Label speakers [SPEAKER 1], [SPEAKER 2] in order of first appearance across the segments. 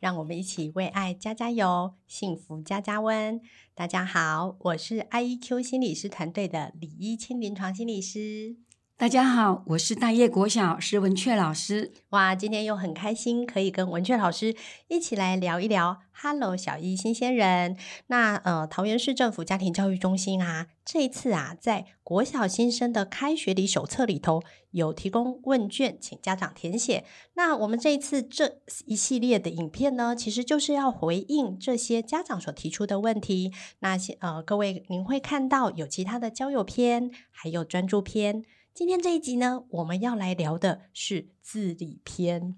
[SPEAKER 1] 让我们一起为爱加加油，幸福加加温。大家好，我是 IEQ 心理师团队的李依清临床心理师。
[SPEAKER 2] 大家好，我是大叶国小石文雀老师。
[SPEAKER 1] 哇，今天又很开心，可以跟文雀老师一起来聊一聊。Hello，小一新鲜人。那呃，桃园市政府家庭教育中心啊，这一次啊，在国小新生的开学礼手册里头有提供问卷，请家长填写。那我们这一次这一系列的影片呢，其实就是要回应这些家长所提出的问题。那些呃，各位您会看到有其他的交友篇，还有专注篇。今天这一集呢，我们要来聊的是自理篇。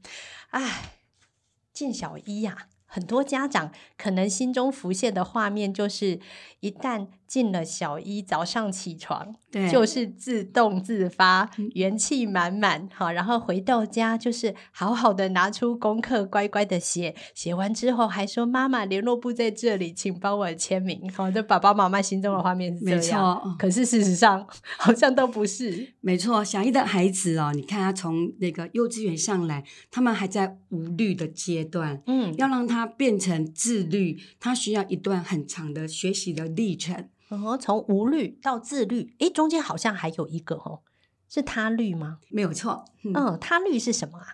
[SPEAKER 1] 唉，进小一呀、很多家长可能心中浮现的画面就是，一旦进了小一，早上起床
[SPEAKER 2] 对嗯
[SPEAKER 1] 就是自动自发，元气满满，好，然后回到家就是好好的拿出功课，乖乖的写，写完之后还说妈妈联络簿在这里，请帮我签名。好，这爸爸妈妈心中的画面是这样，
[SPEAKER 2] 没错，
[SPEAKER 1] 可是事实上好像都不是。
[SPEAKER 2] 没错，小一的孩子哦，你看他从那个幼稚园上来，他们还在无虑的阶段，
[SPEAKER 1] 嗯
[SPEAKER 2] 要让他变成自律，他需要一段很长的学习的历程。
[SPEAKER 1] 然后从无律到自律，诶，中间好像还有一个哦，是他律吗？
[SPEAKER 2] 没有错，嗯，
[SPEAKER 1] 嗯，他律是什么啊？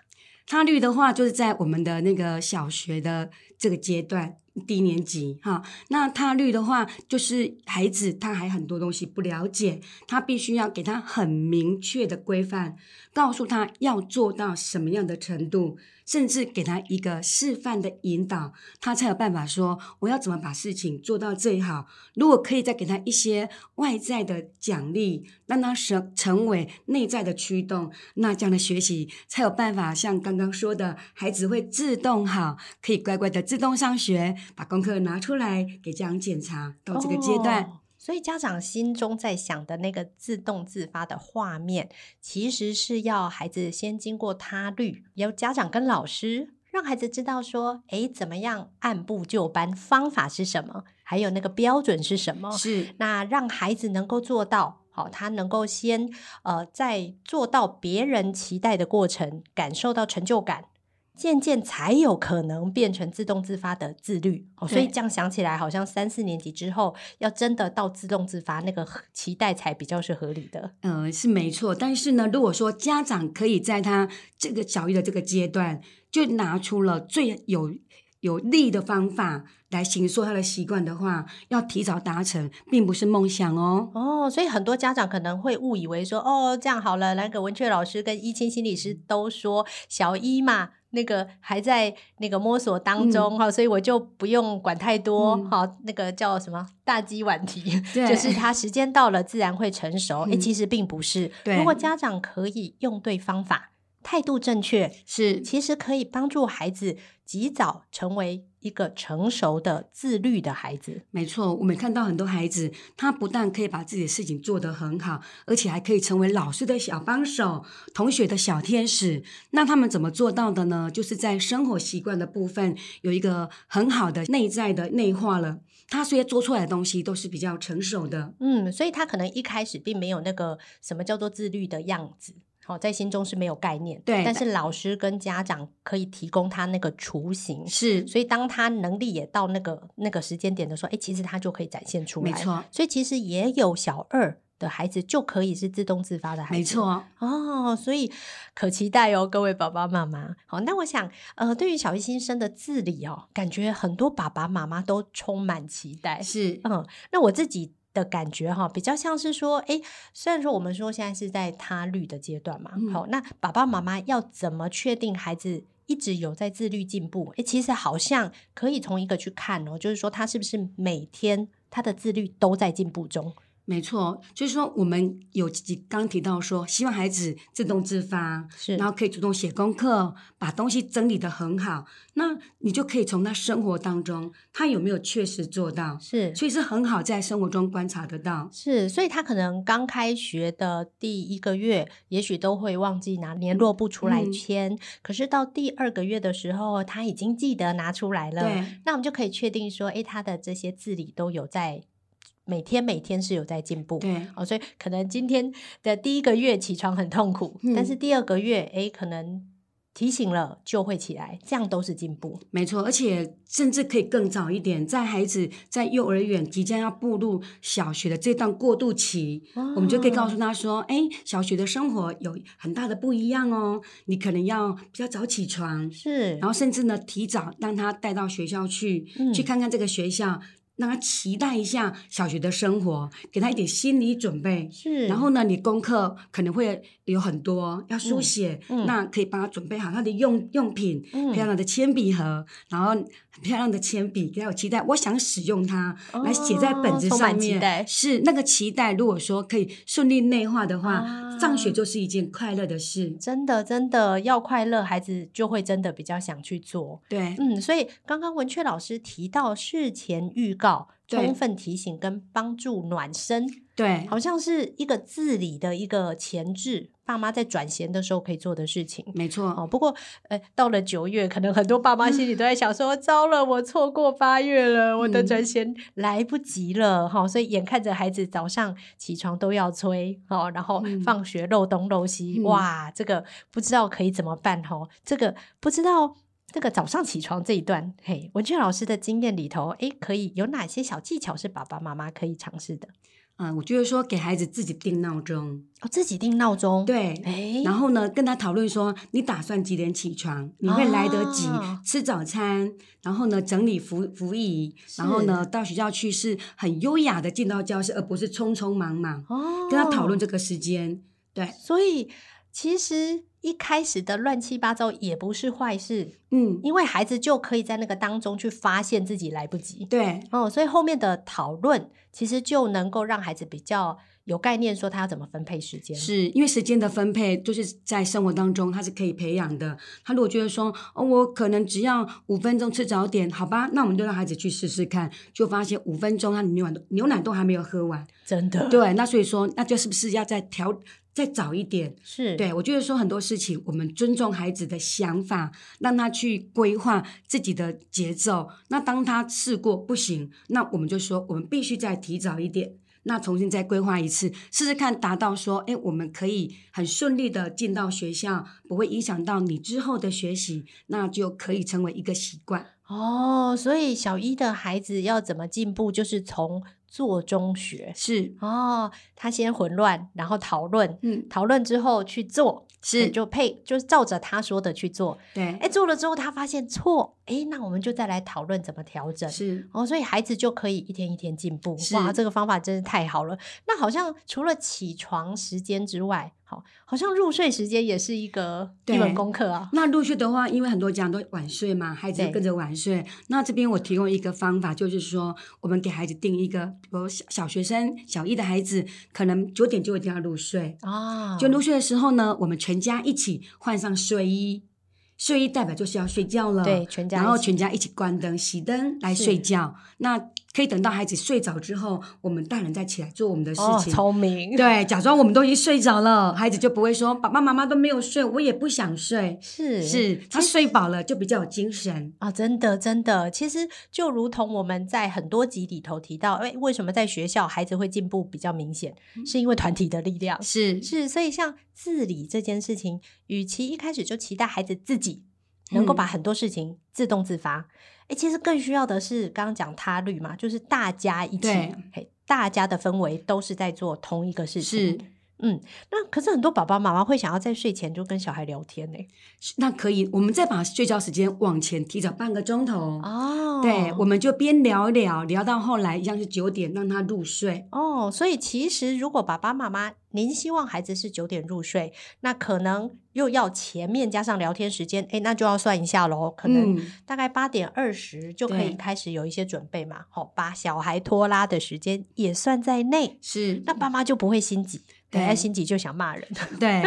[SPEAKER 2] 他律的话就是在我们的那个小学的这个阶段。低年级哈，那他律的话就是孩子他还很多东西不了解，他必须要给他很明确的规范，告诉他要做到什么样的程度，甚至给他一个示范的引导，他才有办法说我要怎么把事情做到最好。如果可以再给他一些外在的奖励，让他成成为内在的驱动，那这样的学习才有办法像刚刚说的，孩子会自动好，可以乖乖的自动上学，把功课拿出来给家长检查。到这个阶段，
[SPEAKER 1] 哦所以家长心中在想的那个自动自发的画面，其实是要孩子先经过他律，由家长跟老师让孩子知道说，诶，怎么样按部就班，方法是什么，还有那个标准是什么。
[SPEAKER 2] 是
[SPEAKER 1] 那让孩子能够做到，好、他能够先呃，在做到别人期待的过程，感受到成就感，渐渐才有可能变成自动自发的自律。哦，所以
[SPEAKER 2] 对
[SPEAKER 1] 这样想起来，好像三四年级之后，要真的到自动自发那个合期待才比较是合理的。
[SPEAKER 2] 呃，是没错，但是呢，如果说家长可以在他这个小一的这个阶段，就拿出了最有有利的方法来形塑他的习惯的话，要提早达成，并不是梦想哦。
[SPEAKER 1] 哦，所以很多家长可能会误以为说，哦，这样好了，那个文雀老师跟一清心理师
[SPEAKER 2] 嗯
[SPEAKER 1] 都说小一嘛，那个还在那个摸索当中哈、所以我就不用管太多
[SPEAKER 2] 嗯
[SPEAKER 1] 哈、那个叫什么大鸡晚啼，
[SPEAKER 2] 对
[SPEAKER 1] 就是他时间到了自然会成熟。诶，
[SPEAKER 2] 嗯
[SPEAKER 1] 其实并不是，
[SPEAKER 2] 对
[SPEAKER 1] 如果家长可以用对方法，态度正确，
[SPEAKER 2] 是
[SPEAKER 1] 其实可以帮助孩子及早成为一个成熟的自律的孩子。
[SPEAKER 2] 没错，我们看到很多孩子，他不但可以把自己的事情做得很好，而且还可以成为老师的小帮手、同学的小天使。那他们怎么做到的呢？就是在生活习惯的部分有一个很好的内在的内化了，他所以做出来的东西都是比较成熟的。
[SPEAKER 1] 嗯，所以他可能一开始并没有那个什么叫做自律的样子，好、在心中是没有概念。
[SPEAKER 2] 对
[SPEAKER 1] 但
[SPEAKER 2] 的
[SPEAKER 1] 是老师跟家长可以提供他那个雏形，
[SPEAKER 2] 是，
[SPEAKER 1] 所以当他能力也到那个那个时间点的时候，哎，其实他就可以展现出来。
[SPEAKER 2] 没，错，
[SPEAKER 1] 所以其实也有小二的孩子就可以是自动自发的孩子。
[SPEAKER 2] 没错。
[SPEAKER 1] 哦，所以可期待哦，各位爸爸妈妈。好，那我想，呃，对于小一新生的自理哦，感觉很多爸爸妈妈都充满期待。
[SPEAKER 2] 是
[SPEAKER 1] 嗯，那我自己的感觉哈，比较像是说，诶，虽然说我们说现在是在他律的阶段嘛，
[SPEAKER 2] 嗯
[SPEAKER 1] 好，那爸爸妈妈要怎么确定孩子？一直有在自律进步，诶，其实好像可以从一个去看哦，就是说他是不是每天他的自律都在进步中，
[SPEAKER 2] 没错，就是说我们有几刚提到说，希望孩子自动自发，
[SPEAKER 1] 是，
[SPEAKER 2] 然后可以主动写功课，把东西整理得很好，那你就可以从他生活当中，他有没有确实做到，
[SPEAKER 1] 是
[SPEAKER 2] 所以是很好在生活中观察得到。
[SPEAKER 1] 是，所以他可能刚开学的第一个月，也许都会忘记拿联络簿出来
[SPEAKER 2] 嗯
[SPEAKER 1] 签，可是到第二个月的时候，他已经记得拿出来了。
[SPEAKER 2] 对，
[SPEAKER 1] 那我们就可以确定说，诶，他的这些字里都有在每天每天是有在进步。
[SPEAKER 2] 对，
[SPEAKER 1] 哦，所以可能今天的第一个月起床很痛苦，但
[SPEAKER 2] 嗯
[SPEAKER 1] 是第二个月，诶，可能提醒了就会起来，这样都是进步。
[SPEAKER 2] 没错，而且甚至可以更早一点，在孩子在幼儿园即将要步入小学的这段过渡期，我们就可以
[SPEAKER 1] 哦
[SPEAKER 2] 告诉他说：“哎，小学的生活有很大的不一样哦，你可能要比较早起床，
[SPEAKER 1] 是，
[SPEAKER 2] 然后甚至呢提早让他带到学校去，
[SPEAKER 1] 嗯
[SPEAKER 2] 去看看这个学校，让他期待一下小学的生活，给他一点心理准备。
[SPEAKER 1] 是，
[SPEAKER 2] 然后呢，你功课可能会有很多要书
[SPEAKER 1] 嗯
[SPEAKER 2] 写，
[SPEAKER 1] 嗯
[SPEAKER 2] 那可以帮他准备好他的用用品，
[SPEAKER 1] 嗯
[SPEAKER 2] 漂亮的铅笔盒，然后很漂亮的铅笔，给他有期待，我想使用它来写在本子
[SPEAKER 1] 哦充满
[SPEAKER 2] 上
[SPEAKER 1] 期
[SPEAKER 2] 面。
[SPEAKER 1] 待
[SPEAKER 2] 是那个期待，如果说可以顺利内化的话，
[SPEAKER 1] 啊
[SPEAKER 2] 上学就是一件快乐的事。
[SPEAKER 1] 真的，真的要快乐，孩子就会真的比较想去做。
[SPEAKER 2] 对，
[SPEAKER 1] 嗯，所以刚刚文雀老师提到事前预告、
[SPEAKER 2] 对
[SPEAKER 1] 充分提醒跟帮助暖身，
[SPEAKER 2] 对，
[SPEAKER 1] 好像是一个自理的一个前置，爸妈在转衔的时候可以做的事情。
[SPEAKER 2] 没错，
[SPEAKER 1] 哦，不过，呃，到了九月，可能很多爸妈心里都在想 说：“糟了，我错过八月了，我的
[SPEAKER 2] 嗯
[SPEAKER 1] 转衔来不及了。哈、所以眼看着孩子早上起床都要催，哦，然后
[SPEAKER 2] 嗯
[SPEAKER 1] 放学漏东漏西，
[SPEAKER 2] 嗯
[SPEAKER 1] 哇，这个不知道可以怎么办哦，这个不知道。这个早上起床这一段，嘿，文娟老师的经验里头，诶，可以有哪些小技巧是爸爸妈妈可以尝试的？
[SPEAKER 2] 嗯、我觉得说给孩子自己定闹钟，
[SPEAKER 1] 哦，自己定闹钟，，哎
[SPEAKER 2] 对，
[SPEAKER 1] 诶，
[SPEAKER 2] 然后呢，跟他讨论说你打算几点起床，你会来得及、
[SPEAKER 1] 啊
[SPEAKER 2] 吃早餐，然后呢整理服服仪，
[SPEAKER 1] 是
[SPEAKER 2] 然后呢到学校去是很优雅的进到教室，而不是匆匆忙忙。
[SPEAKER 1] 哦，
[SPEAKER 2] 跟他讨论这个时间，对，
[SPEAKER 1] 所以其实一开始的乱七八糟也不是坏事，
[SPEAKER 2] 嗯，
[SPEAKER 1] 因为孩子就可以在那个当中去发现自己来不及。
[SPEAKER 2] 对，
[SPEAKER 1] 哦，所以后面的讨论其实就能够让孩子比较有概念，说他要怎么分配时间。
[SPEAKER 2] 是因为时间的分配就是在生活当中，他是可以培养的。他如果觉得说，哦，我可能只要五分钟吃早点，好吧，那我们就让孩子去试试看，就发现五分钟他牛奶都牛奶都还没有喝完，
[SPEAKER 1] 真的，
[SPEAKER 2] 对，那所以说，那就是不是要再调再早一点？
[SPEAKER 1] 是，
[SPEAKER 2] 对，我觉得说很多事情，我们尊重孩子的想法，让他去规划自己的节奏。那当他试过不行，那我们就说我们必须再提早一点，那重新再规划一次，试试看达到说，哎，我们可以很顺利的进到学校，不会影响到你之后的学习，那就可以成为一个习惯。
[SPEAKER 1] 哦，所以小一的孩子要怎么进步，就是从做中学。
[SPEAKER 2] 是，
[SPEAKER 1] 哦，他先混乱，然后讨论，
[SPEAKER 2] 嗯，
[SPEAKER 1] 讨论之后去做，
[SPEAKER 2] 是，
[SPEAKER 1] 就配，就是照着他说的去做。
[SPEAKER 2] 对，
[SPEAKER 1] 哎，做了之后他发现错，哎，那我们就再来讨论怎么调整。
[SPEAKER 2] 是，
[SPEAKER 1] 哦，所以孩子就可以一天一天进步。
[SPEAKER 2] 是
[SPEAKER 1] 哇，这个方法真是太好了。那好像除了起床时间之外，好，好像入睡时间也是一个一门
[SPEAKER 2] 对
[SPEAKER 1] 功课啊。
[SPEAKER 2] 那入学的话，因为很多家长都晚睡嘛，孩子
[SPEAKER 1] 对
[SPEAKER 2] 就跟着晚睡。那这边我提供一个方法，就是说，我们给孩子定一个，比如小小学生、小一的孩子，可能九点就一定要入睡。
[SPEAKER 1] 啊，
[SPEAKER 2] 就入睡的时候呢，我们全家一起换上睡衣，睡衣代表就是要睡觉了。
[SPEAKER 1] 对，全家一
[SPEAKER 2] 然后
[SPEAKER 1] 起
[SPEAKER 2] 全家一起关灯、熄灯来
[SPEAKER 1] 是
[SPEAKER 2] 睡觉。那可以等到孩子睡着之后，我们大人再起来做我们的事
[SPEAKER 1] 哦，
[SPEAKER 2] 情。
[SPEAKER 1] 聪明，
[SPEAKER 2] 对，假装我们都已经睡着了，孩子就不会说爸爸妈妈都没有睡，我也不想睡。
[SPEAKER 1] 是
[SPEAKER 2] 是他睡饱了就比较有精神。
[SPEAKER 1] 啊、真的真的，其实就如同我们在很多集里头提到，哎，为什么在学校孩子会进步比较明显，
[SPEAKER 2] 嗯
[SPEAKER 1] 是因为团体的力量。
[SPEAKER 2] 是
[SPEAKER 1] 是，所以像自理这件事情，与其一开始就期待孩子自己能够
[SPEAKER 2] 嗯
[SPEAKER 1] 把很多事情自动自发，哎、其实更需要的是刚刚讲他律嘛，就是大家一起
[SPEAKER 2] 对，
[SPEAKER 1] 嘿大家的氛围都是在做同一个事
[SPEAKER 2] 哦是
[SPEAKER 1] 情。，嗯，那可是很多爸爸妈妈会想要在睡前就跟小孩聊天呢、
[SPEAKER 2] 是那可以，我们再把睡觉时间往前提早半个钟头。
[SPEAKER 1] 哦哦，
[SPEAKER 2] 对，我们就边聊一聊，聊到后来一样是九点让他入睡。
[SPEAKER 1] 哦，所以其实如果爸爸妈妈您希望孩子是九点入睡，那可能又要前面加上聊天时间，哎，那就要算一下喽，可能
[SPEAKER 2] 嗯，
[SPEAKER 1] 大概八点二十就可以
[SPEAKER 2] 对
[SPEAKER 1] 开始有一些准备嘛，好、把小孩拖拉的时间也算在内。
[SPEAKER 2] 是
[SPEAKER 1] 那爸妈就不会心急，
[SPEAKER 2] 对
[SPEAKER 1] 等下心急就想骂人。
[SPEAKER 2] 对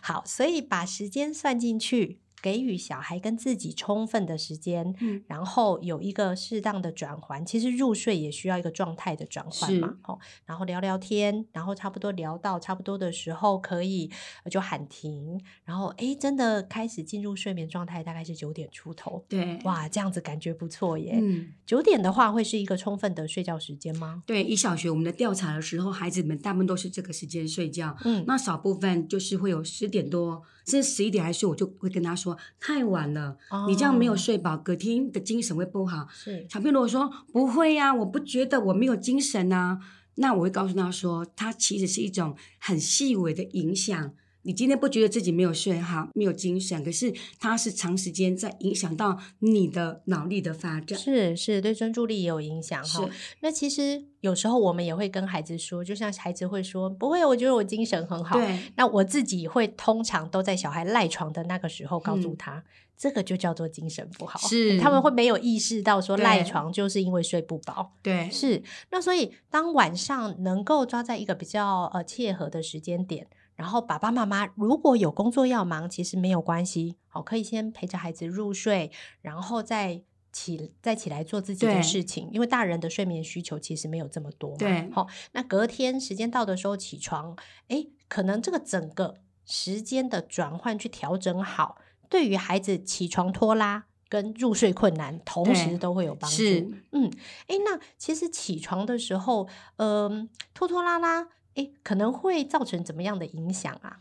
[SPEAKER 1] 好，所以把时间算进去，给予小孩跟自己充分的时间，
[SPEAKER 2] 嗯
[SPEAKER 1] 然后有一个适当的转换。其实入睡也需要一个状态的转换嘛
[SPEAKER 2] 是，
[SPEAKER 1] 哦，然后聊聊天，然后差不多聊到差不多的时候，可以呃就喊停，然后诶，真的开始进入睡眠状态，大概是九点出头。
[SPEAKER 2] 对，
[SPEAKER 1] 哇，这样子感觉不错耶！
[SPEAKER 2] 嗯，
[SPEAKER 1] 九、点的话会是一个充分的睡觉时间吗？
[SPEAKER 2] 对，以小学我们的调查的时候，孩子们大部分都是这个时间睡觉，
[SPEAKER 1] 嗯，
[SPEAKER 2] 那少部分就是会有十点多甚至十一点来睡，我就会跟他说太晚了，你这样没有
[SPEAKER 1] 哦
[SPEAKER 2] 睡饱，隔天的精神会不好。
[SPEAKER 1] 是
[SPEAKER 2] 小朋友如果说不会呀、我不觉得我没有精神啊，那我会告诉他说，它其实是一种很细微的影响。你今天不觉得自己没有睡好、没有精神，可是它是长时间在影响到你的脑力的发展。
[SPEAKER 1] 是是，对专注力也有影响哈。那其实有时候我们也会跟孩子说，就像孩子会说：“不会，我觉得我精神很好。”
[SPEAKER 2] 对，
[SPEAKER 1] 那我自己会通常都在小孩赖床的那个时候告诉
[SPEAKER 2] 嗯
[SPEAKER 1] 他，这个就叫做精神不好。
[SPEAKER 2] 是
[SPEAKER 1] 他们会没有意识到说
[SPEAKER 2] 对
[SPEAKER 1] 赖床就是因为睡不饱。
[SPEAKER 2] 对，
[SPEAKER 1] 是，那所以当晚上能够抓在一个比较呃切合的时间点，然后爸爸妈妈如果有工作要忙，其实没有关系，好、可以先陪着孩子入睡，然后再。起再起来做自己的
[SPEAKER 2] 对
[SPEAKER 1] 事情，因为大人的睡眠需求其实没有这么多嘛。
[SPEAKER 2] 对
[SPEAKER 1] 好、那隔天时间到的时候起床，诶，可能这个整个时间的转换去调整好，对于孩子起床拖拉跟入睡困难，同
[SPEAKER 2] 对
[SPEAKER 1] 时都会有帮助。
[SPEAKER 2] 是，
[SPEAKER 1] 嗯，诶，那其实起床的时候，嗯、拖拖拉拉，诶，可能会造成怎么样的影响啊？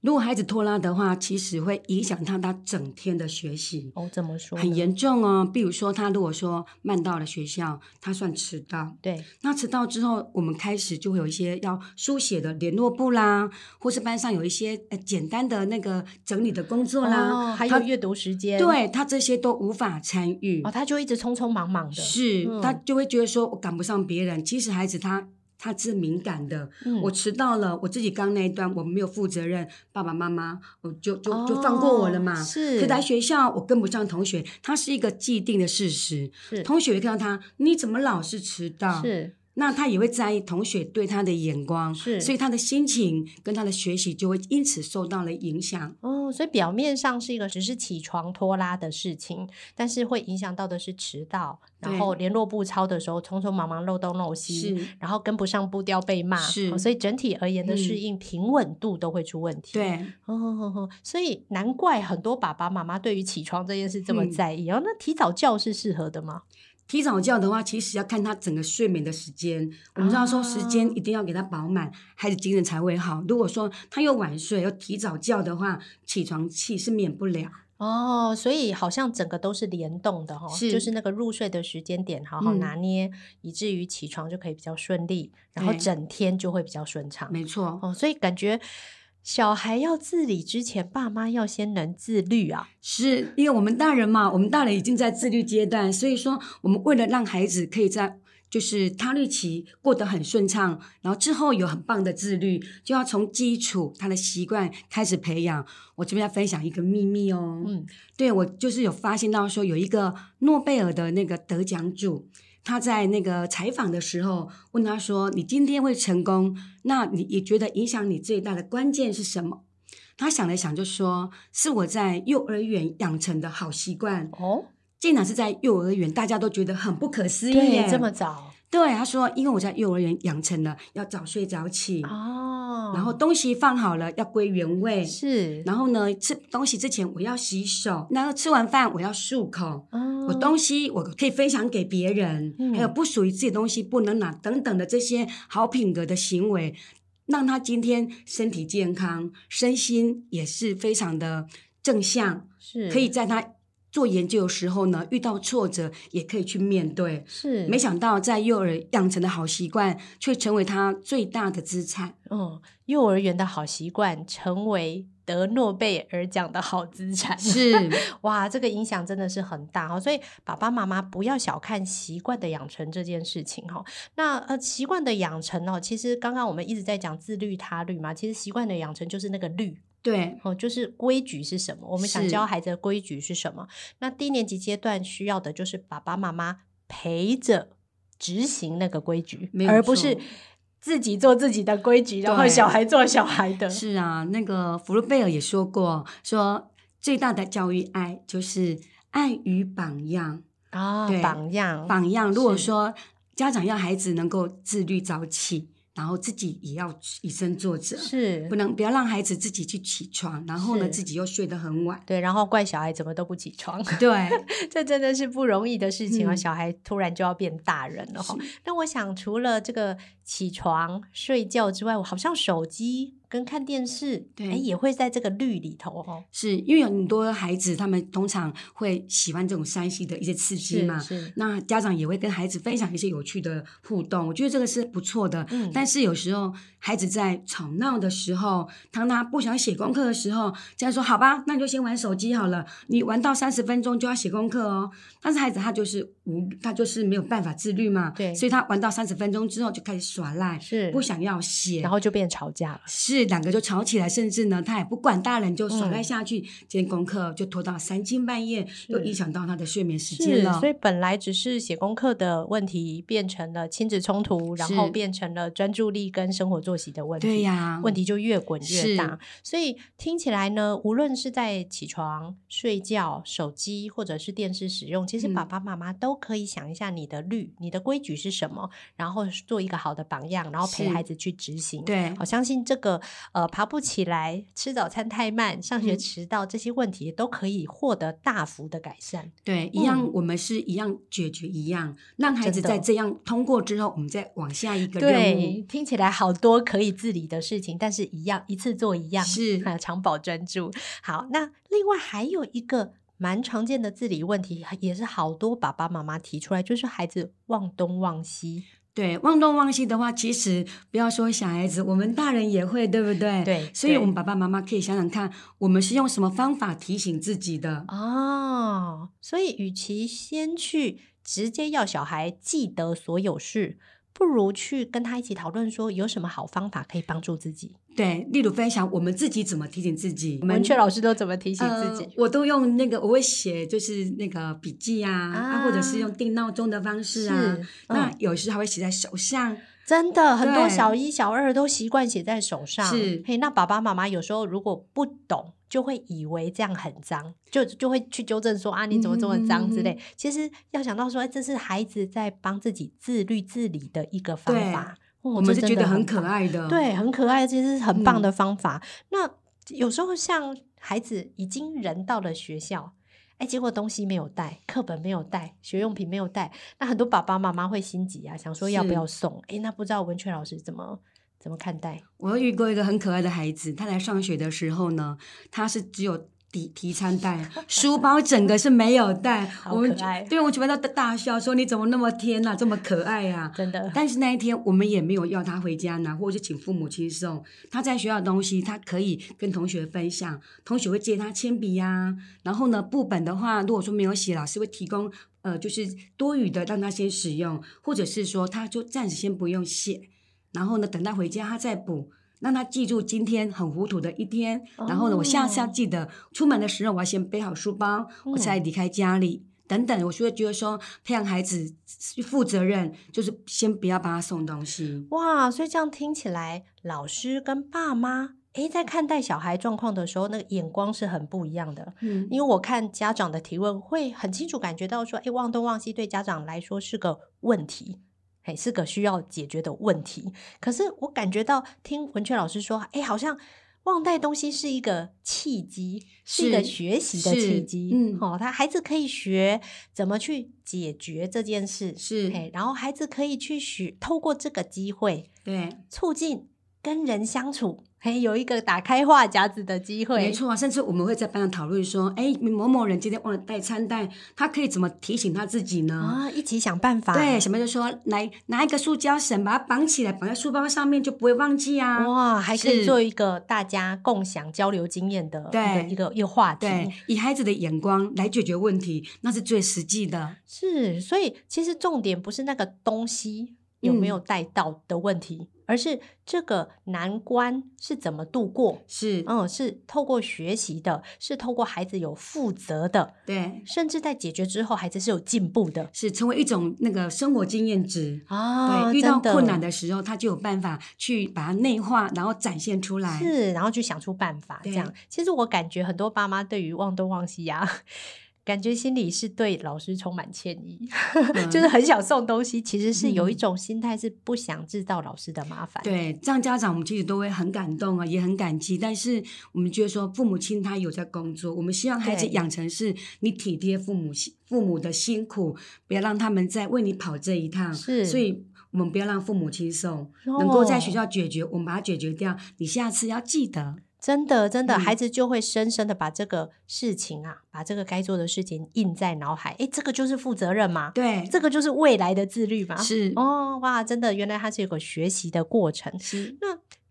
[SPEAKER 2] 如果孩子拖拉的话，其实会影响到他整天的学习。
[SPEAKER 1] 哦，怎么说呢？
[SPEAKER 2] 很严重哦，比如说他如果说慢到了学校，他算迟到。
[SPEAKER 1] 对，
[SPEAKER 2] 那迟到之后，我们开始就会有一些要书写的联络簿啦，或是班上有一些呃简单的那个整理的工作啦，
[SPEAKER 1] 哦，还有
[SPEAKER 2] 他
[SPEAKER 1] 阅读时间，，
[SPEAKER 2] 对他这些都无法参与。
[SPEAKER 1] 哦，他就一直匆匆忙忙的，
[SPEAKER 2] 是、
[SPEAKER 1] 嗯
[SPEAKER 2] 他就会觉得说我赶不上别人。其实孩子他他是敏感的，
[SPEAKER 1] 嗯
[SPEAKER 2] 我迟到了，我自己刚那一段我没有负责任，爸爸妈妈我就就就
[SPEAKER 1] 哦
[SPEAKER 2] 放过我了嘛。
[SPEAKER 1] 是，
[SPEAKER 2] 可来学校我跟不上同学，他是一个既定的事实。
[SPEAKER 1] 是
[SPEAKER 2] 同学会看到他，你怎么老是迟到？
[SPEAKER 1] 是
[SPEAKER 2] 那他也会在意同学对他的眼光，
[SPEAKER 1] 是
[SPEAKER 2] 所以他的心情跟他的学习就会因此受到了影响。
[SPEAKER 1] 哦，所以表面上是一个只是起床拖拉的事情，但是会影响到的是迟到，然
[SPEAKER 2] 对
[SPEAKER 1] 后联络部抄的时候匆匆忙忙漏东漏西，
[SPEAKER 2] 是，
[SPEAKER 1] 然后跟不上步调被骂，
[SPEAKER 2] 是
[SPEAKER 1] 哦所以整体而言的适
[SPEAKER 2] 嗯
[SPEAKER 1] 应平稳度都会出问题。
[SPEAKER 2] 对，
[SPEAKER 1] 哦，哦哦所以难怪很多爸爸妈妈对于起床这件事这么
[SPEAKER 2] 嗯
[SPEAKER 1] 在意。哦，那提早教是适合的吗？
[SPEAKER 2] 提早教的话，其实要看他整个睡眠的时间。我们知道说时间一定要给他饱满，孩子精神才会好。如果说他又晚睡又提早教的话，起床气是免不了。
[SPEAKER 1] 哦，所以好像整个都是联动的哈、
[SPEAKER 2] 是
[SPEAKER 1] 就是那个入睡的时间点好好
[SPEAKER 2] 嗯
[SPEAKER 1] 拿捏，以至于起床就可以比较顺利，然后
[SPEAKER 2] 对
[SPEAKER 1] 整天就会比较顺畅。
[SPEAKER 2] 没错，
[SPEAKER 1] 哦，所以感觉小孩要自理之前，爸妈要先能自律啊。
[SPEAKER 2] 是因为我们大人嘛，我们大人已经在自律阶段，所以说我们为了让孩子可以在就是他律期过得很顺畅，然后之后有很棒的自律，就要从基础他的习惯开始培养。我这边要分享一个秘密哦，
[SPEAKER 1] 嗯，
[SPEAKER 2] 对我就是有发现到说有一个诺贝尔的那个得奖主。他在那个采访的时候问他说：“你今天会成功，那你也觉得影响你最大的关键是什么？”他想了想，就说：“是我在幼儿园养成的好习惯，
[SPEAKER 1] 哦，
[SPEAKER 2] 竟然是在幼儿园，大家都觉得很不可思议耶
[SPEAKER 1] 对，这么早
[SPEAKER 2] 对，他说，因为我在幼儿园养成了要早睡早起，
[SPEAKER 1] 哦，
[SPEAKER 2] 然后东西放好了要归原位，
[SPEAKER 1] 是，
[SPEAKER 2] 然后呢，吃东西之前我要洗手，然后吃完饭我要漱口。”
[SPEAKER 1] 哦
[SPEAKER 2] 我东西我可以分享给别人，
[SPEAKER 1] 嗯
[SPEAKER 2] 还有不属于自己的东西不能拿等等的这些好品格的行为，让他今天身体健康，身心也是非常的正向，
[SPEAKER 1] 是
[SPEAKER 2] 可以在他做研究的时候呢，遇到挫折也可以去面对。
[SPEAKER 1] 是
[SPEAKER 2] 没想到在幼儿养成的好习惯，却成为他最大的资产。
[SPEAKER 1] 嗯，幼儿园的好习惯成为得诺贝尔奖的好资产。
[SPEAKER 2] 是
[SPEAKER 1] 哇，这个影响真的是很大哦，所以爸爸妈妈不要小看习惯的养成这件事情哈、哦。那呃，习惯的养成哦，其实刚刚我们一直在讲自律、他律嘛，其实习惯的养成就是那个律
[SPEAKER 2] 对，
[SPEAKER 1] 哦，就是规矩是什么，我们想
[SPEAKER 2] 是
[SPEAKER 1] 教孩子的规矩是什么。那低年级阶段需要的就是爸爸妈妈陪着执行那个规矩
[SPEAKER 2] 没，有
[SPEAKER 1] 而不是
[SPEAKER 2] 错
[SPEAKER 1] 自己做自己的规矩，然后
[SPEAKER 2] 对
[SPEAKER 1] 小孩做小孩的。
[SPEAKER 2] 是啊，那个福禄贝尔也说过，说最大的教育爱就是爱与榜样。
[SPEAKER 1] 啊，
[SPEAKER 2] 对
[SPEAKER 1] 榜样，
[SPEAKER 2] 榜样，如果
[SPEAKER 1] 是
[SPEAKER 2] 说家长要孩子能够自律早起，然后自己也要以身作则，
[SPEAKER 1] 是
[SPEAKER 2] 不能不要让孩子自己去起床，然后呢
[SPEAKER 1] 是
[SPEAKER 2] 自己又睡得很 晚。
[SPEAKER 1] 对，然后怪小孩怎么都不起床，
[SPEAKER 2] 对，
[SPEAKER 1] 这真的是不容易的事情啊！
[SPEAKER 2] 嗯
[SPEAKER 1] 小孩突然就要变大人了哈。那我想，除了这个起床、睡觉之外，我好像手机跟看电视，
[SPEAKER 2] 对
[SPEAKER 1] 哎，也会在这个律里头哦。
[SPEAKER 2] 是因为有很多孩子他们通常会喜欢这种山西的一些刺激嘛。
[SPEAKER 1] 是，
[SPEAKER 2] 那家长也会跟孩子分享一些有趣的互动，我觉得这个是不错的。
[SPEAKER 1] 嗯
[SPEAKER 2] 但是有时候孩子在吵闹的时候，当他不想写功课的时候，家长说：“好吧，那你就先玩手机好了，你玩到三十分钟就要写功课哦。”但是孩子他就是无，他就是没有办法自律嘛，
[SPEAKER 1] 对
[SPEAKER 2] 所以他玩到三十分钟之后就开始耍赖，
[SPEAKER 1] 是
[SPEAKER 2] 不想要写，
[SPEAKER 1] 然后就变吵架了。
[SPEAKER 2] 是两个就吵起来，甚至呢，他也不管大人，就耍赖
[SPEAKER 1] 嗯
[SPEAKER 2] 下去，今天功课就拖到三更半夜，就是影响到他的睡眠时
[SPEAKER 1] 是
[SPEAKER 2] 间，了
[SPEAKER 1] 所。以本来只是写功课的问题，变成了亲子冲突，然后
[SPEAKER 2] 是
[SPEAKER 1] 变成了专注力跟生活作息的问题。
[SPEAKER 2] 对呀、
[SPEAKER 1] 问题就越滚越
[SPEAKER 2] 是
[SPEAKER 1] 大。所以听起来呢，无论是在起床、睡觉、手机或者是电视使用，其实
[SPEAKER 2] 嗯
[SPEAKER 1] 爸爸妈妈都可以想一下你的律、你的规矩是什么，然后做一个好的榜样，然后陪
[SPEAKER 2] 是
[SPEAKER 1] 孩子去执行。。
[SPEAKER 2] 对
[SPEAKER 1] 我，相信这个呃，爬不起来、吃早餐太慢、上学
[SPEAKER 2] 嗯
[SPEAKER 1] 迟到、这些问题都可以获得大幅的改善。
[SPEAKER 2] 对，一样
[SPEAKER 1] 嗯，
[SPEAKER 2] 我们是一样解决一样，让孩
[SPEAKER 1] 真
[SPEAKER 2] 子
[SPEAKER 1] 的
[SPEAKER 2] 在这样通过之后，我们再往下一个任
[SPEAKER 1] 对
[SPEAKER 2] 务。，
[SPEAKER 1] 听起来好多可以自理的事情，但是一样一次做一样，
[SPEAKER 2] 是
[SPEAKER 1] 啊，长保专注。好，那另外还有一个蛮常见的自理问题，也是好多爸爸妈妈提出来，就是孩子忘东忘西。
[SPEAKER 2] 对，忘东忘西的话，其实不要说小孩子，我们大人也会，对不对？。
[SPEAKER 1] 对，
[SPEAKER 2] 所以，
[SPEAKER 1] 对
[SPEAKER 2] 我们爸爸妈妈可以想想看，我们是用什么方法提醒自己的？
[SPEAKER 1] 哦，所以与其先去直接要小孩记得所有事，不如去跟他一起讨论说有什么好方法可以帮助自己。
[SPEAKER 2] 对，例如分享我们自己怎么提醒自己。我们
[SPEAKER 1] 文雀老师都怎么提醒自
[SPEAKER 2] 呃
[SPEAKER 1] 己？，
[SPEAKER 2] 我都用那个，我会写就是那个笔记啊，啊或者是用定闹钟的方式啊。那
[SPEAKER 1] 嗯
[SPEAKER 2] 有时还会写在手上，
[SPEAKER 1] 真的，很多
[SPEAKER 2] 对
[SPEAKER 1] 小一、小二都习惯写在手上。
[SPEAKER 2] 是
[SPEAKER 1] 嘿，那爸爸妈妈有时候如果不懂，就会以为这样很脏，就就会去纠正说啊，你怎么这么脏之类。
[SPEAKER 2] 嗯
[SPEAKER 1] 其实要想到说，哎，这是孩子在帮自己自律自理的一个方
[SPEAKER 2] 对
[SPEAKER 1] 法。哦
[SPEAKER 2] 我们
[SPEAKER 1] 这
[SPEAKER 2] 是
[SPEAKER 1] 真
[SPEAKER 2] 觉
[SPEAKER 1] 的
[SPEAKER 2] 得很
[SPEAKER 1] 很
[SPEAKER 2] 可
[SPEAKER 1] 棒
[SPEAKER 2] 爱的。
[SPEAKER 1] 对，很可爱，其实是很棒
[SPEAKER 2] 嗯
[SPEAKER 1] 的方法。那有时候像孩子已经人到了学校，哎，结果东西没有带，课本没有带，学用品没有带，那很多爸爸妈妈会心急啊，想说要不
[SPEAKER 2] 是
[SPEAKER 1] 要送？哎，那不知道文雀老师怎么怎么看待？
[SPEAKER 2] 我有遇过一个很可爱的孩子，他来上学的时候呢，他是只有提提餐袋，书包整个是没有带。
[SPEAKER 1] 好
[SPEAKER 2] 我们
[SPEAKER 1] 可爱
[SPEAKER 2] 对我全班都大笑说：“你怎么那么天呐、这么可爱啊呀、
[SPEAKER 1] 真的，
[SPEAKER 2] 但是那一天我们也没有要他回家拿，或者是请父母亲送。他在学校的东西，他可以跟同学分享，同学会借他铅笔呀、然后呢，部本的话，如果说没有写，老师会提供呃，就是多余的让他先使用，或者是说他就暂时先不用写，然后呢，等他回家他再补。让他记住今天很糊涂的一天，然后呢，我下次要
[SPEAKER 1] 哦
[SPEAKER 2] 记得出门的时候我要先背好书包，
[SPEAKER 1] 嗯
[SPEAKER 2] 我才离开家里。等等，我就会觉得说，培养孩子负责任，就是先不要帮他送东西。
[SPEAKER 1] 哇，所以这样听起来，老师跟爸妈。哎，在看待小孩状况的时候，那个眼光是很不一样的。
[SPEAKER 2] 嗯，
[SPEAKER 1] 因为我看家长的提问，会很清楚感觉到说，哎，忘东忘西对家长来说是个问题，哎，是个需要解决的问题。可是我感觉到听文雀老师说，哎，好像忘带东西是一个契机，是一个
[SPEAKER 2] 是
[SPEAKER 1] 学习的契
[SPEAKER 2] 是
[SPEAKER 1] 机。
[SPEAKER 2] 嗯
[SPEAKER 1] 哦，他孩子可以学怎么去解决这件事，
[SPEAKER 2] 是
[SPEAKER 1] 哎，然后孩子可以去学，透过这个机会
[SPEAKER 2] 对，
[SPEAKER 1] 促进跟人相处，可以有一个打开话匣子的机会。
[SPEAKER 2] 没错啊，甚至我们会在班上讨论说，哎，某某人今天忘了带餐袋，他可以怎么提醒他自己呢？
[SPEAKER 1] 啊，一起想办法。
[SPEAKER 2] 对，小妹就说来拿一个塑胶绳把它绑起来，绑在书包上面就不会忘记啊。
[SPEAKER 1] 哇，还可以
[SPEAKER 2] 是
[SPEAKER 1] 做一个大家共享交流经验的
[SPEAKER 2] 对
[SPEAKER 1] 一个一个一个话题。
[SPEAKER 2] 对，以孩子的眼光来解决问题，那是最实际的。
[SPEAKER 1] 是，所以其实重点不是那个东西有没
[SPEAKER 2] 嗯
[SPEAKER 1] 有带到的问题，而是这个难关是怎么度过。
[SPEAKER 2] 是，
[SPEAKER 1] 嗯，是透过学习的，是透过孩子有负责的，
[SPEAKER 2] 对，
[SPEAKER 1] 甚至在解决之后，孩子是有进步的
[SPEAKER 2] 是成为一种那个生活经验值。
[SPEAKER 1] 啊
[SPEAKER 2] 对，遇到
[SPEAKER 1] 真
[SPEAKER 2] 困难的时候，他就有办法去把它内化，然后展现出来。
[SPEAKER 1] 是，然后去想出办法。这
[SPEAKER 2] 对
[SPEAKER 1] 样，其实我感觉很多爸妈对于忘东忘西啊， 感觉心里是对老师充满歉意，就是很想送东西，其实是有一
[SPEAKER 2] 嗯
[SPEAKER 1] 种心态是不想制造老师的麻烦。
[SPEAKER 2] 对，这样家长我们其实都会很感动啊，也很感激。但是我们觉得说，父母亲他有在工作，我们希望孩子
[SPEAKER 1] 对
[SPEAKER 2] 养成是你体贴父母辛父母的辛苦，不要让他们再为你跑这一趟。
[SPEAKER 1] 是
[SPEAKER 2] 所以我们不要让父母亲受，能够在学
[SPEAKER 1] 哦
[SPEAKER 2] 校解决，我们把它解决掉。你下次要记得，
[SPEAKER 1] 真的，真的，
[SPEAKER 2] 嗯
[SPEAKER 1] 孩子就会深深的把这个事情啊，把这个该做的事情印在脑海。诶，这个就是负责任嘛，
[SPEAKER 2] 对，
[SPEAKER 1] 这个就是未来的自律嘛。
[SPEAKER 2] 是
[SPEAKER 1] 哦，哇，真的，原来它是有个学习的过程。
[SPEAKER 2] 是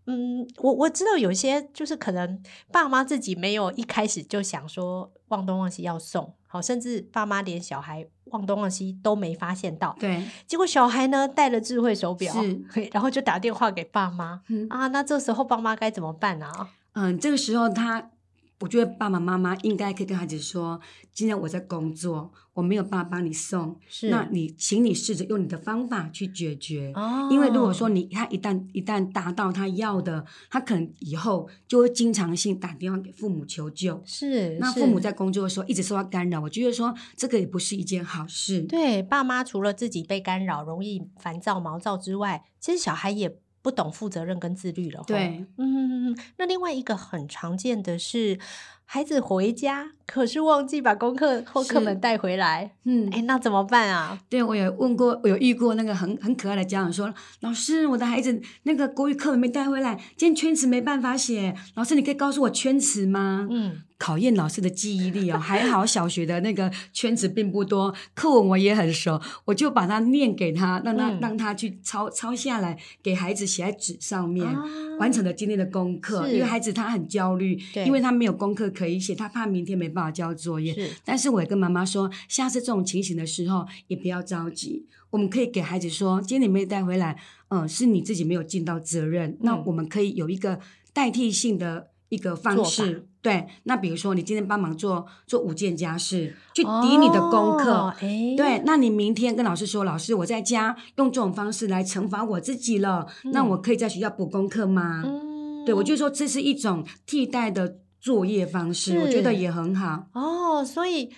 [SPEAKER 1] 嗯，我我知道有些就是可能爸妈自己没有一开始就想说忘东忘西要送，好，甚至爸妈连小孩忘东忘西都没发现到，
[SPEAKER 2] 对，
[SPEAKER 1] 结果小孩呢戴了智慧手表
[SPEAKER 2] 是，
[SPEAKER 1] 嘿然后就打电话给爸妈
[SPEAKER 2] 嗯
[SPEAKER 1] 啊，那这时候爸妈该怎么办啊？
[SPEAKER 2] 嗯，这个时候他，我觉得爸爸妈妈应该可以跟孩子说，今天我在工作，我没有办法帮你送，
[SPEAKER 1] 是
[SPEAKER 2] 那你请你试着用你的方法去解决。
[SPEAKER 1] 哦
[SPEAKER 2] 因为如果说你他一旦一旦达到他要的，他可能以后就会经常性打电话给父母求救。
[SPEAKER 1] 是
[SPEAKER 2] 那
[SPEAKER 1] 是
[SPEAKER 2] 父母在工作的时候一直受到干扰，我觉得说这个也不是一件好事。
[SPEAKER 1] 对爸妈除了自己被干扰、容易烦躁、毛躁之外，其实小孩也不懂负责任跟自律了。，
[SPEAKER 2] 对，
[SPEAKER 1] 嗯，那另外一个很常见的是，孩子回家可是忘记把功课或课
[SPEAKER 2] 是
[SPEAKER 1] 本带回来，
[SPEAKER 2] 嗯，
[SPEAKER 1] 哎，那怎么办啊？
[SPEAKER 2] 对，我有问过，我有遇过那个很很可爱的家长说，老师，我的孩子那个国语课本没带回来，今天圈词没办法写，老师你可以告诉我圈词吗？
[SPEAKER 1] 嗯，
[SPEAKER 2] 考验老师的记忆力哦，还好小学的那个圈词并不多，课文我也很熟，我就把它念给他，让他、
[SPEAKER 1] 嗯
[SPEAKER 2] 让他去抄抄下来，给孩子写在纸上面。
[SPEAKER 1] 啊
[SPEAKER 2] 完成了今天的功课，
[SPEAKER 1] 是
[SPEAKER 2] 因为孩子他很焦虑
[SPEAKER 1] 对，
[SPEAKER 2] 因为他没有功课可以写，他怕明天没办法交作业，
[SPEAKER 1] 是
[SPEAKER 2] 但是我也跟妈妈说，下次这种情形的时候也不要着急，我们可以给孩子说，今天你没有带回来，嗯、是你自己没有尽到责任，那
[SPEAKER 1] 嗯
[SPEAKER 2] 我们可以有一个代替性的一个方
[SPEAKER 1] 做
[SPEAKER 2] 式。对，那比如说你今天帮忙做做五件家事，去抵你的功课。
[SPEAKER 1] 哦哎，
[SPEAKER 2] 对，那你明天跟老师说，老师我在家用这种方式来惩罚我自己了，那
[SPEAKER 1] 嗯
[SPEAKER 2] 我可以在学校补功课吗？
[SPEAKER 1] 嗯，
[SPEAKER 2] 对，我就说这是一种替代的作业方式，我觉得
[SPEAKER 1] 是
[SPEAKER 2] 也很好。
[SPEAKER 1] 哦，所以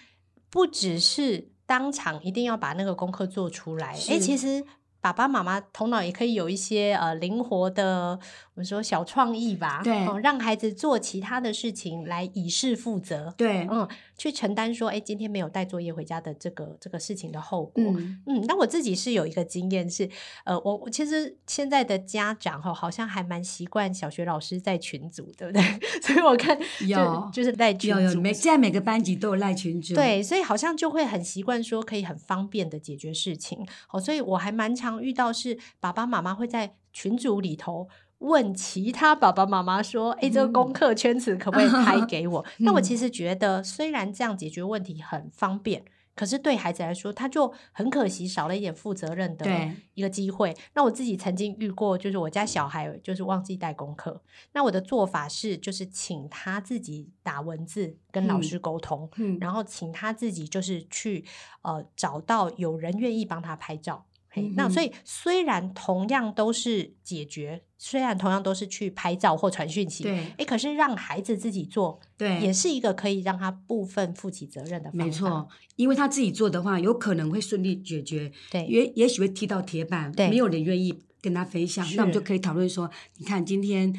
[SPEAKER 1] 不只是当场一定要把那个功课做出来，诶，
[SPEAKER 2] 是
[SPEAKER 1] 其实爸爸妈妈头脑也可以有一些呃灵活的，我们说小创意吧，
[SPEAKER 2] 对
[SPEAKER 1] 哦，让孩子做其他的事情来以示负责，
[SPEAKER 2] 对，
[SPEAKER 1] 嗯，去承担说，诶，今天没有带作业回家的这个这个事情的后果，
[SPEAKER 2] 嗯，
[SPEAKER 1] 嗯，那我自己是有一个经验是，呃，我我其实现在的家长哈，好像还蛮习惯小学老师在群组，对不 对？所以我看就
[SPEAKER 2] 有
[SPEAKER 1] 就是在群
[SPEAKER 2] 有有，
[SPEAKER 1] 组
[SPEAKER 2] 每现在每个班级都有赖群主。，
[SPEAKER 1] 对，所以好像就会很习惯说可以很方便的解决事情。好，所以我还蛮常遇到是爸爸妈妈会在群组里头。问其他爸爸妈妈说：“哎、这个
[SPEAKER 2] 嗯
[SPEAKER 1] 功课圈词可不可以 拍给我？”那我其实觉得，虽然这样解决问题很方便，可是对孩子来说，他就很可惜少了一点负责任的
[SPEAKER 2] 对
[SPEAKER 1] 一个机会。那我自己曾经遇过，就是我家小孩就是忘记带功课，那我的做法是，就是请他自己打文字跟老
[SPEAKER 2] 嗯
[SPEAKER 1] 师沟通，
[SPEAKER 2] 嗯，
[SPEAKER 1] 然后请他自己就是去呃找到有人愿意帮他拍照。嘿那
[SPEAKER 2] 嗯哼
[SPEAKER 1] 所以虽然同样都是解决，虽然同样都是去拍照或传讯息，
[SPEAKER 2] 对
[SPEAKER 1] 诶，可是让孩子自己做，
[SPEAKER 2] 对，
[SPEAKER 1] 也是一个可以让他部分负起责任的方法。
[SPEAKER 2] 没错，因为他自己做的话，有可能会顺利解决，
[SPEAKER 1] 对，
[SPEAKER 2] 也也许会踢到铁板，
[SPEAKER 1] 对
[SPEAKER 2] 没有人愿意跟他分享
[SPEAKER 1] 是，
[SPEAKER 2] 那我们就可以讨论说，你看今天。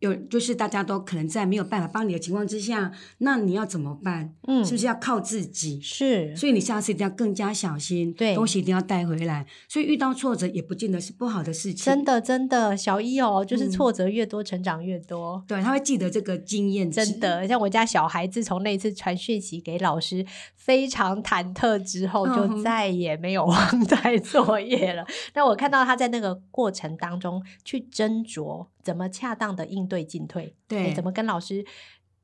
[SPEAKER 2] 有就是大家都可能在没有办法帮你的情况之下，那你要怎么办？
[SPEAKER 1] 嗯
[SPEAKER 2] 是不是要靠自己？
[SPEAKER 1] 是
[SPEAKER 2] 所以你下次一定要更加小心，
[SPEAKER 1] 对
[SPEAKER 2] 东西一定要带回来。所以遇到挫折也不见得是不好的事情，
[SPEAKER 1] 真的真的，小一哦，就是
[SPEAKER 2] 嗯
[SPEAKER 1] 挫折越多，成长越多。
[SPEAKER 2] 对，他会记得这个经验值，
[SPEAKER 1] 真的，像我家小孩，自从那一次传讯息给老师，非常忐忑之后，
[SPEAKER 2] 嗯
[SPEAKER 1] 就
[SPEAKER 2] 哼
[SPEAKER 1] 再也没有 忘带作业了。那我看到他在那个过程当中去斟酌怎么恰当的应对进退，诶
[SPEAKER 2] 对，
[SPEAKER 1] 哎
[SPEAKER 2] 嗯
[SPEAKER 1] 怎么跟老师。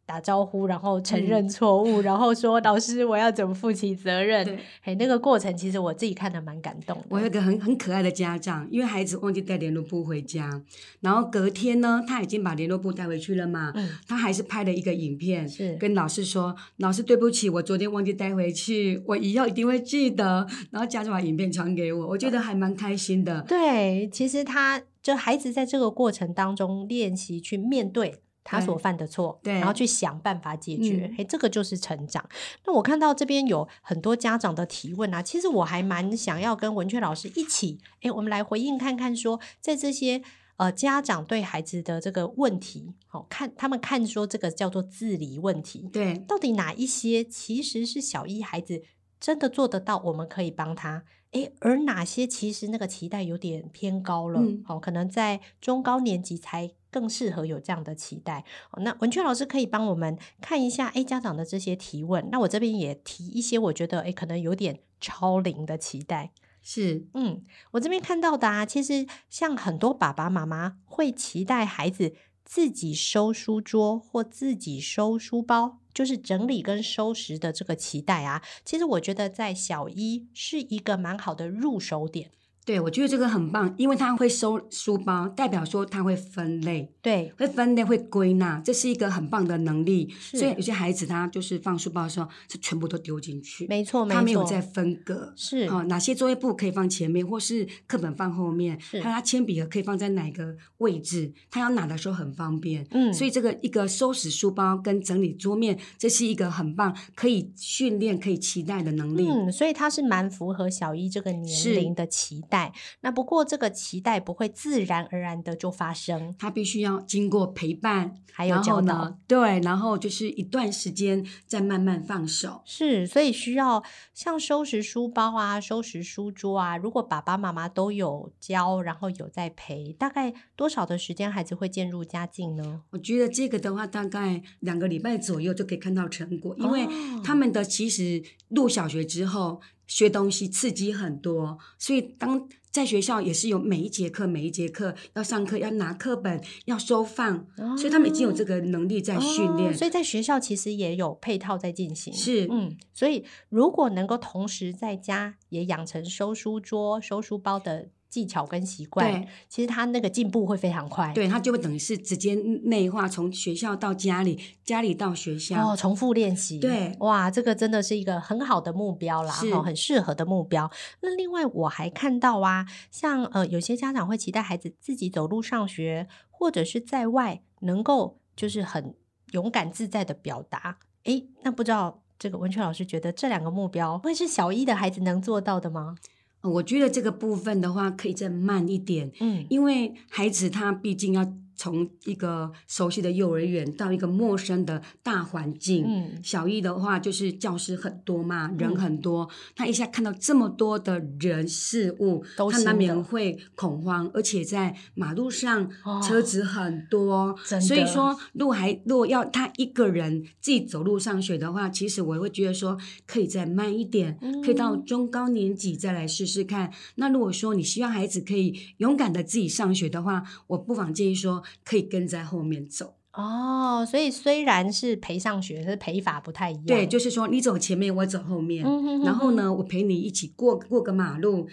[SPEAKER 1] 打招呼，然后承认错误，然后说老师我要怎么负起责任
[SPEAKER 2] 对？
[SPEAKER 1] 嘿，那个过程其实我自己看的蛮感动的。
[SPEAKER 2] 我有一个很很可爱的家长，因为孩子忘记带联络簿回家，然后隔天呢，他已经把联络簿带回去了嘛，
[SPEAKER 1] 嗯
[SPEAKER 2] 他还是拍了一个影片，
[SPEAKER 1] 是
[SPEAKER 2] 跟老师说：“老师，对不起，我昨天忘记带回去，我以后一定会记得。”然后家长把影片传给我，我觉得还蛮开心的。
[SPEAKER 1] 对，其实他就孩子在这个过程当中练习去面对。他
[SPEAKER 2] 对
[SPEAKER 1] 所犯的错，
[SPEAKER 2] 对
[SPEAKER 1] 然后去想办法解决
[SPEAKER 2] 嗯，
[SPEAKER 1] 哎、这个就是成长。那我看到这边有很多家长的提问啊，其实我还蛮想要跟文雀老师一起，哎，我们来回应看看说，在这些呃家长对孩子的这个问题，好、看他们看说这个叫做自理问题，
[SPEAKER 2] 对，
[SPEAKER 1] 到底哪一些其实是小一孩子真的做得到，我们可以帮他？诶，而哪些其实那个期待有点偏高了，
[SPEAKER 2] 嗯
[SPEAKER 1] 哦，可能在中高年级才更适合有这样的期待。哦、那文娟老师可以帮我们看一下，诶，家长的这些提问。那我这边也提一些，我觉得诶，可能有点超龄的期待。
[SPEAKER 2] 是，
[SPEAKER 1] 嗯，我这边看到的啊，其实像很多爸爸妈妈会期待孩子自己收书桌或自己收书包，就是整理跟收拾的这个期待啊。其实我觉得在小一是一个蛮好的入手点，
[SPEAKER 2] 对我觉得这个很棒，因为他会收书包，代表说他会分类。
[SPEAKER 1] 对，
[SPEAKER 2] 会分类，会归纳，这是一个很棒的能力。
[SPEAKER 1] 是
[SPEAKER 2] 所以有些孩子他就是放书包的时候，是全部都丢进去，
[SPEAKER 1] 没错，没错，
[SPEAKER 2] 他没有在分隔。
[SPEAKER 1] 是
[SPEAKER 2] 好、哪些作业簿可以放前面，或是课本放后面？
[SPEAKER 1] 是
[SPEAKER 2] 还有他铅笔盒可以放在哪个位置？他要拿的时候很方便。
[SPEAKER 1] 嗯
[SPEAKER 2] 所以这个一个收拾书包跟整理桌面，这是一个很棒可以训练、可以期待的能力。
[SPEAKER 1] 嗯，所以它是蛮符合小一这个年
[SPEAKER 2] 是
[SPEAKER 1] 龄的期待。那不过这个期待不会自然而然的就发生，
[SPEAKER 2] 他必须要经过陪伴，
[SPEAKER 1] 还有
[SPEAKER 2] 然
[SPEAKER 1] 教
[SPEAKER 2] 后
[SPEAKER 1] 导。
[SPEAKER 2] 呢，对，然后就是一段时间再慢慢放手。
[SPEAKER 1] 是，所以需要像收拾书包啊、收拾书桌啊，如果爸爸妈妈都有教，然后有在陪，大概多少的时间孩子会渐入佳境呢？
[SPEAKER 2] 我觉得这个的话，大概两个礼拜左右就可以看到成果，因为
[SPEAKER 1] 哦
[SPEAKER 2] 他们的其实入小学之后学东西刺激很多，所以当在学校也是有每一节课每一节课要上课要拿课本要收放，所以他们已经有这个能力在训练。
[SPEAKER 1] 哦所以在学校其实也有配套在进行。
[SPEAKER 2] 是
[SPEAKER 1] 嗯，所以如果能够同时在家也养成收书桌、收书包的技巧跟习惯
[SPEAKER 2] 对，
[SPEAKER 1] 其实他那个进步会非常快。。
[SPEAKER 2] 对他就会等于是直接内化，从学校到家里，家里到学校。
[SPEAKER 1] 哦，重复练习，
[SPEAKER 2] 对
[SPEAKER 1] 哇，这个真的是一个很好的目标啦，
[SPEAKER 2] 是
[SPEAKER 1] 哈，很适合的目标。那另外我还看到啊，像呃，有些家长会期待孩子自己走路上学，或者是在外能够就是很勇敢自在的表达。诶，那不知道这个文泉老师觉得这两个目标会是小一的孩子能做到的吗？
[SPEAKER 2] 呃我觉得这个部分的话，可以再慢一点，
[SPEAKER 1] 嗯，
[SPEAKER 2] 因为孩子他毕竟要从一个熟悉的幼儿园到一个陌生的大环境。
[SPEAKER 1] 嗯
[SPEAKER 2] 小一的话就是教师很多嘛，人很多，他一下看到这么多的人事物，
[SPEAKER 1] 都
[SPEAKER 2] 他
[SPEAKER 1] 新
[SPEAKER 2] 难
[SPEAKER 1] 的
[SPEAKER 2] 免会恐慌，而且在马路上、
[SPEAKER 1] 哦
[SPEAKER 2] 车子很多，
[SPEAKER 1] 真
[SPEAKER 2] 所以
[SPEAKER 1] 的
[SPEAKER 2] 说如果还如果要他一个人自己走路上学的话，其实我会觉得说可以再慢一点，可以到
[SPEAKER 1] 嗯
[SPEAKER 2] 中高年级再来试试看。那如果说你希望孩子可以勇敢的自己上学的话，我不妨建议说可以跟在后面走。
[SPEAKER 1] 哦，所以虽然是陪上学，但是陪法不太一样。
[SPEAKER 2] 对，就是说你走前面，我走后面，
[SPEAKER 1] 嗯哼哼
[SPEAKER 2] 然后
[SPEAKER 1] 哼
[SPEAKER 2] 呢，我陪你一起过过个马路。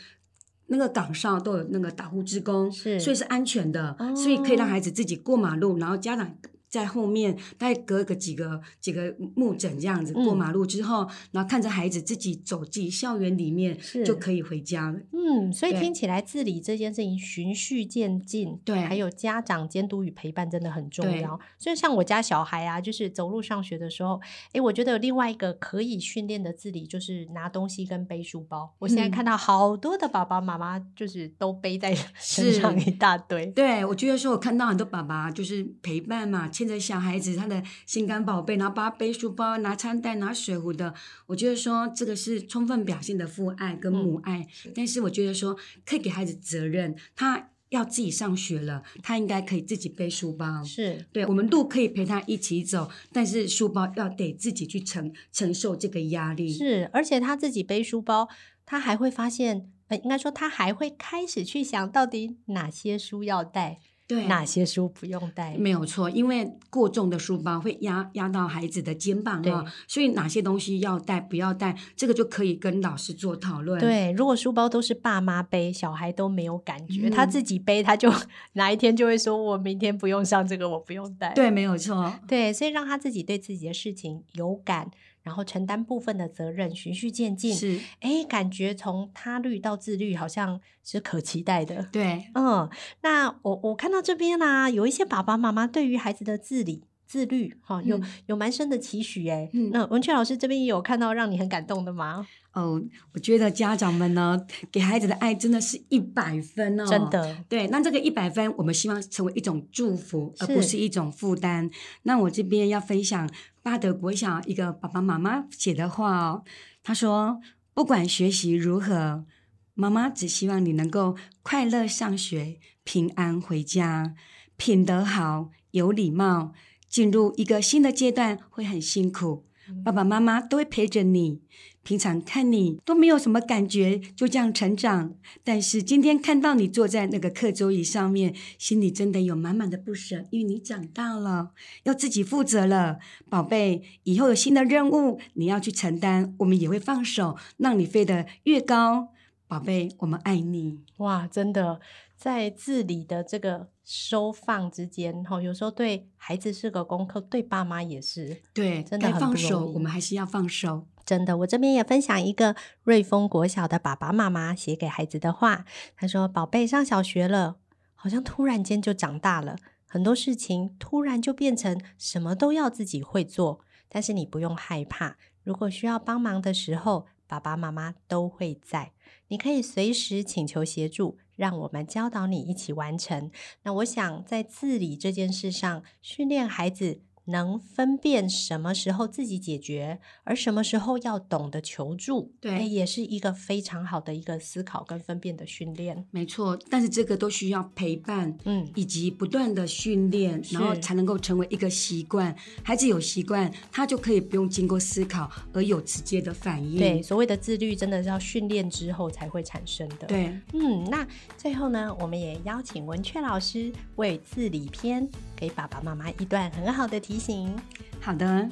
[SPEAKER 2] 那个岗上都有那个打护职工，
[SPEAKER 1] 是
[SPEAKER 2] 所以是安全的，
[SPEAKER 1] 哦
[SPEAKER 2] 所以可以让孩子自己过马路，然后家长在后面大概隔个几个几个木枕这样子
[SPEAKER 1] 嗯
[SPEAKER 2] 过马路之后，然后看着孩子自己走进校园里面
[SPEAKER 1] 是
[SPEAKER 2] 就可以回家了。
[SPEAKER 1] 嗯，所以
[SPEAKER 2] 对
[SPEAKER 1] 听起来治理这件事情循序渐进，
[SPEAKER 2] 对
[SPEAKER 1] 还有家长监督与陪伴真的很重
[SPEAKER 2] 对
[SPEAKER 1] 要。所以像我家小孩啊，就是走路上学的时候，诶，我觉得有另外一个可以训练的自理，就是拿东西跟背书包。我现在
[SPEAKER 2] 嗯
[SPEAKER 1] 看到好多的爸爸妈妈就是都背 在身
[SPEAKER 2] 是
[SPEAKER 1] 上一大堆。
[SPEAKER 2] 对，我觉得说，我看到很多爸爸就是陪伴嘛，牵着小孩子他的心肝宝贝，然后帮他背书包、拿餐袋、拿水壶的。我觉得说，这个是充分表现的父爱跟母
[SPEAKER 1] 嗯
[SPEAKER 2] 爱。但是我觉得说，可以给孩子责任，他要自己上学了，他应该可以自己背书包。
[SPEAKER 1] 是，
[SPEAKER 2] 对，我们路可以陪他一起走，但是书包要得自己去承承受这个压力。
[SPEAKER 1] 是，而且他自己背书包，他还会发现，呃，应该说他还会开始去想到底哪些书要带，
[SPEAKER 2] 对，
[SPEAKER 1] 哪些书不用带。
[SPEAKER 2] 没有错，因为过重的书包会压压到孩子的肩膀
[SPEAKER 1] 对
[SPEAKER 2] 啊、所以哪些东西要带不要带，这个就可以跟老师做讨论。
[SPEAKER 1] 对，如果书包都是爸妈背，小孩都没有感觉，他
[SPEAKER 2] 嗯
[SPEAKER 1] 自己背，他就哪一天就会说：“我明天不用上这个，我不用带。”
[SPEAKER 2] 对，没有错。
[SPEAKER 1] 对，所以让他自己对自己的事情有感，然后承担部分的责任，循序渐进。
[SPEAKER 2] 是，
[SPEAKER 1] 哎，感觉从他律到自律，好像是可期待的。
[SPEAKER 2] 对，
[SPEAKER 1] 嗯，那我我看到这边啦、有一些爸爸妈妈对于孩子的自理。自律哈、有、
[SPEAKER 2] 嗯
[SPEAKER 1] 有蛮深的期许哎、
[SPEAKER 2] 嗯
[SPEAKER 1] 那文雀老师这边也有看到让你很感动的吗？
[SPEAKER 2] 哦，我觉得家长们呢，给孩子的爱真的是一百分哦，
[SPEAKER 1] 真。的，
[SPEAKER 2] 对，那这个一百分，我们希望成为一种祝福，而不
[SPEAKER 1] 是
[SPEAKER 2] 是一种负担。那我这边要分享巴德国小一个爸爸妈妈写的话哦，他说：“不管学习如何，妈妈只希望你能够快乐上学，平安回家，品德好，有礼貌。进入一个新的阶段会很辛苦，爸爸妈妈都会陪着你。平常看你都没有什么感觉，就这样成长。但是今天看到你坐在那个课桌椅上面，心里真的有满满的不舍，因为你长大了，要自己负责了，宝贝。以后有新的任务你要去承担，我们也会放手，让你飞得越高。宝贝，我们爱你。
[SPEAKER 1] 哇，真的，在自理的这个收放之间，哈，有时候对孩子是个功课，对爸妈也是。
[SPEAKER 2] 对，
[SPEAKER 1] 真的
[SPEAKER 2] 该
[SPEAKER 1] 很
[SPEAKER 2] 放
[SPEAKER 1] 不容
[SPEAKER 2] 手，
[SPEAKER 1] 易
[SPEAKER 2] 我们还是要放手。
[SPEAKER 1] 真的，我这边也分享一个瑞丰国小的爸爸妈妈写给孩子的话，他说：“宝贝，上小学了，好像突然间就长大了，很多事情突然就变成什么都要自己会做，但是你不用害怕，如果需要帮忙的时候，爸爸妈妈都会在，你可以随时请求协助，让我们教导你一起完成。那我想在自理这件事上，训练孩子能分辨什么时候自己解决，而什么时候要懂得求助，
[SPEAKER 2] 对
[SPEAKER 1] 哎也是一个非常好的一个思考跟分辨的训练。
[SPEAKER 2] 没错，但是这个都需要陪伴，
[SPEAKER 1] 嗯，
[SPEAKER 2] 以及不断的训练，
[SPEAKER 1] 是
[SPEAKER 2] 然后才能够成为一个习惯。孩子有习惯，他就可以不用经过思考而有直接的反应。
[SPEAKER 1] 对，所谓的自律，真的是要训练之后才会产生的。。
[SPEAKER 2] 对
[SPEAKER 1] 嗯，那最后呢，我们也邀请文雀老师为自理篇给爸爸妈妈一段很好的提醒。
[SPEAKER 2] 好的。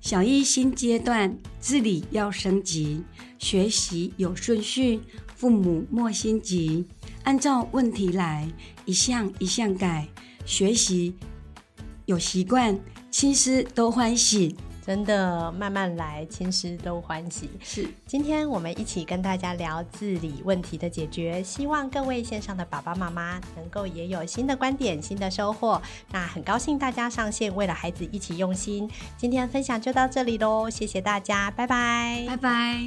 [SPEAKER 2] 小一新阶段自理要升级，学习有顺序，父母莫心急，按照问题来，一项一项改，学习有习惯，亲师都欢喜。
[SPEAKER 1] 真的，慢慢来，亲师都欢喜。
[SPEAKER 2] 是，
[SPEAKER 1] 今天我们一起跟大家聊自理问题的解决，希望各位线上的爸爸妈妈能够也有新的观点、新的收获。那很高兴大家上线，为了孩子一起用心。今天分享就到这里喽，谢谢大家，拜拜
[SPEAKER 2] 拜拜。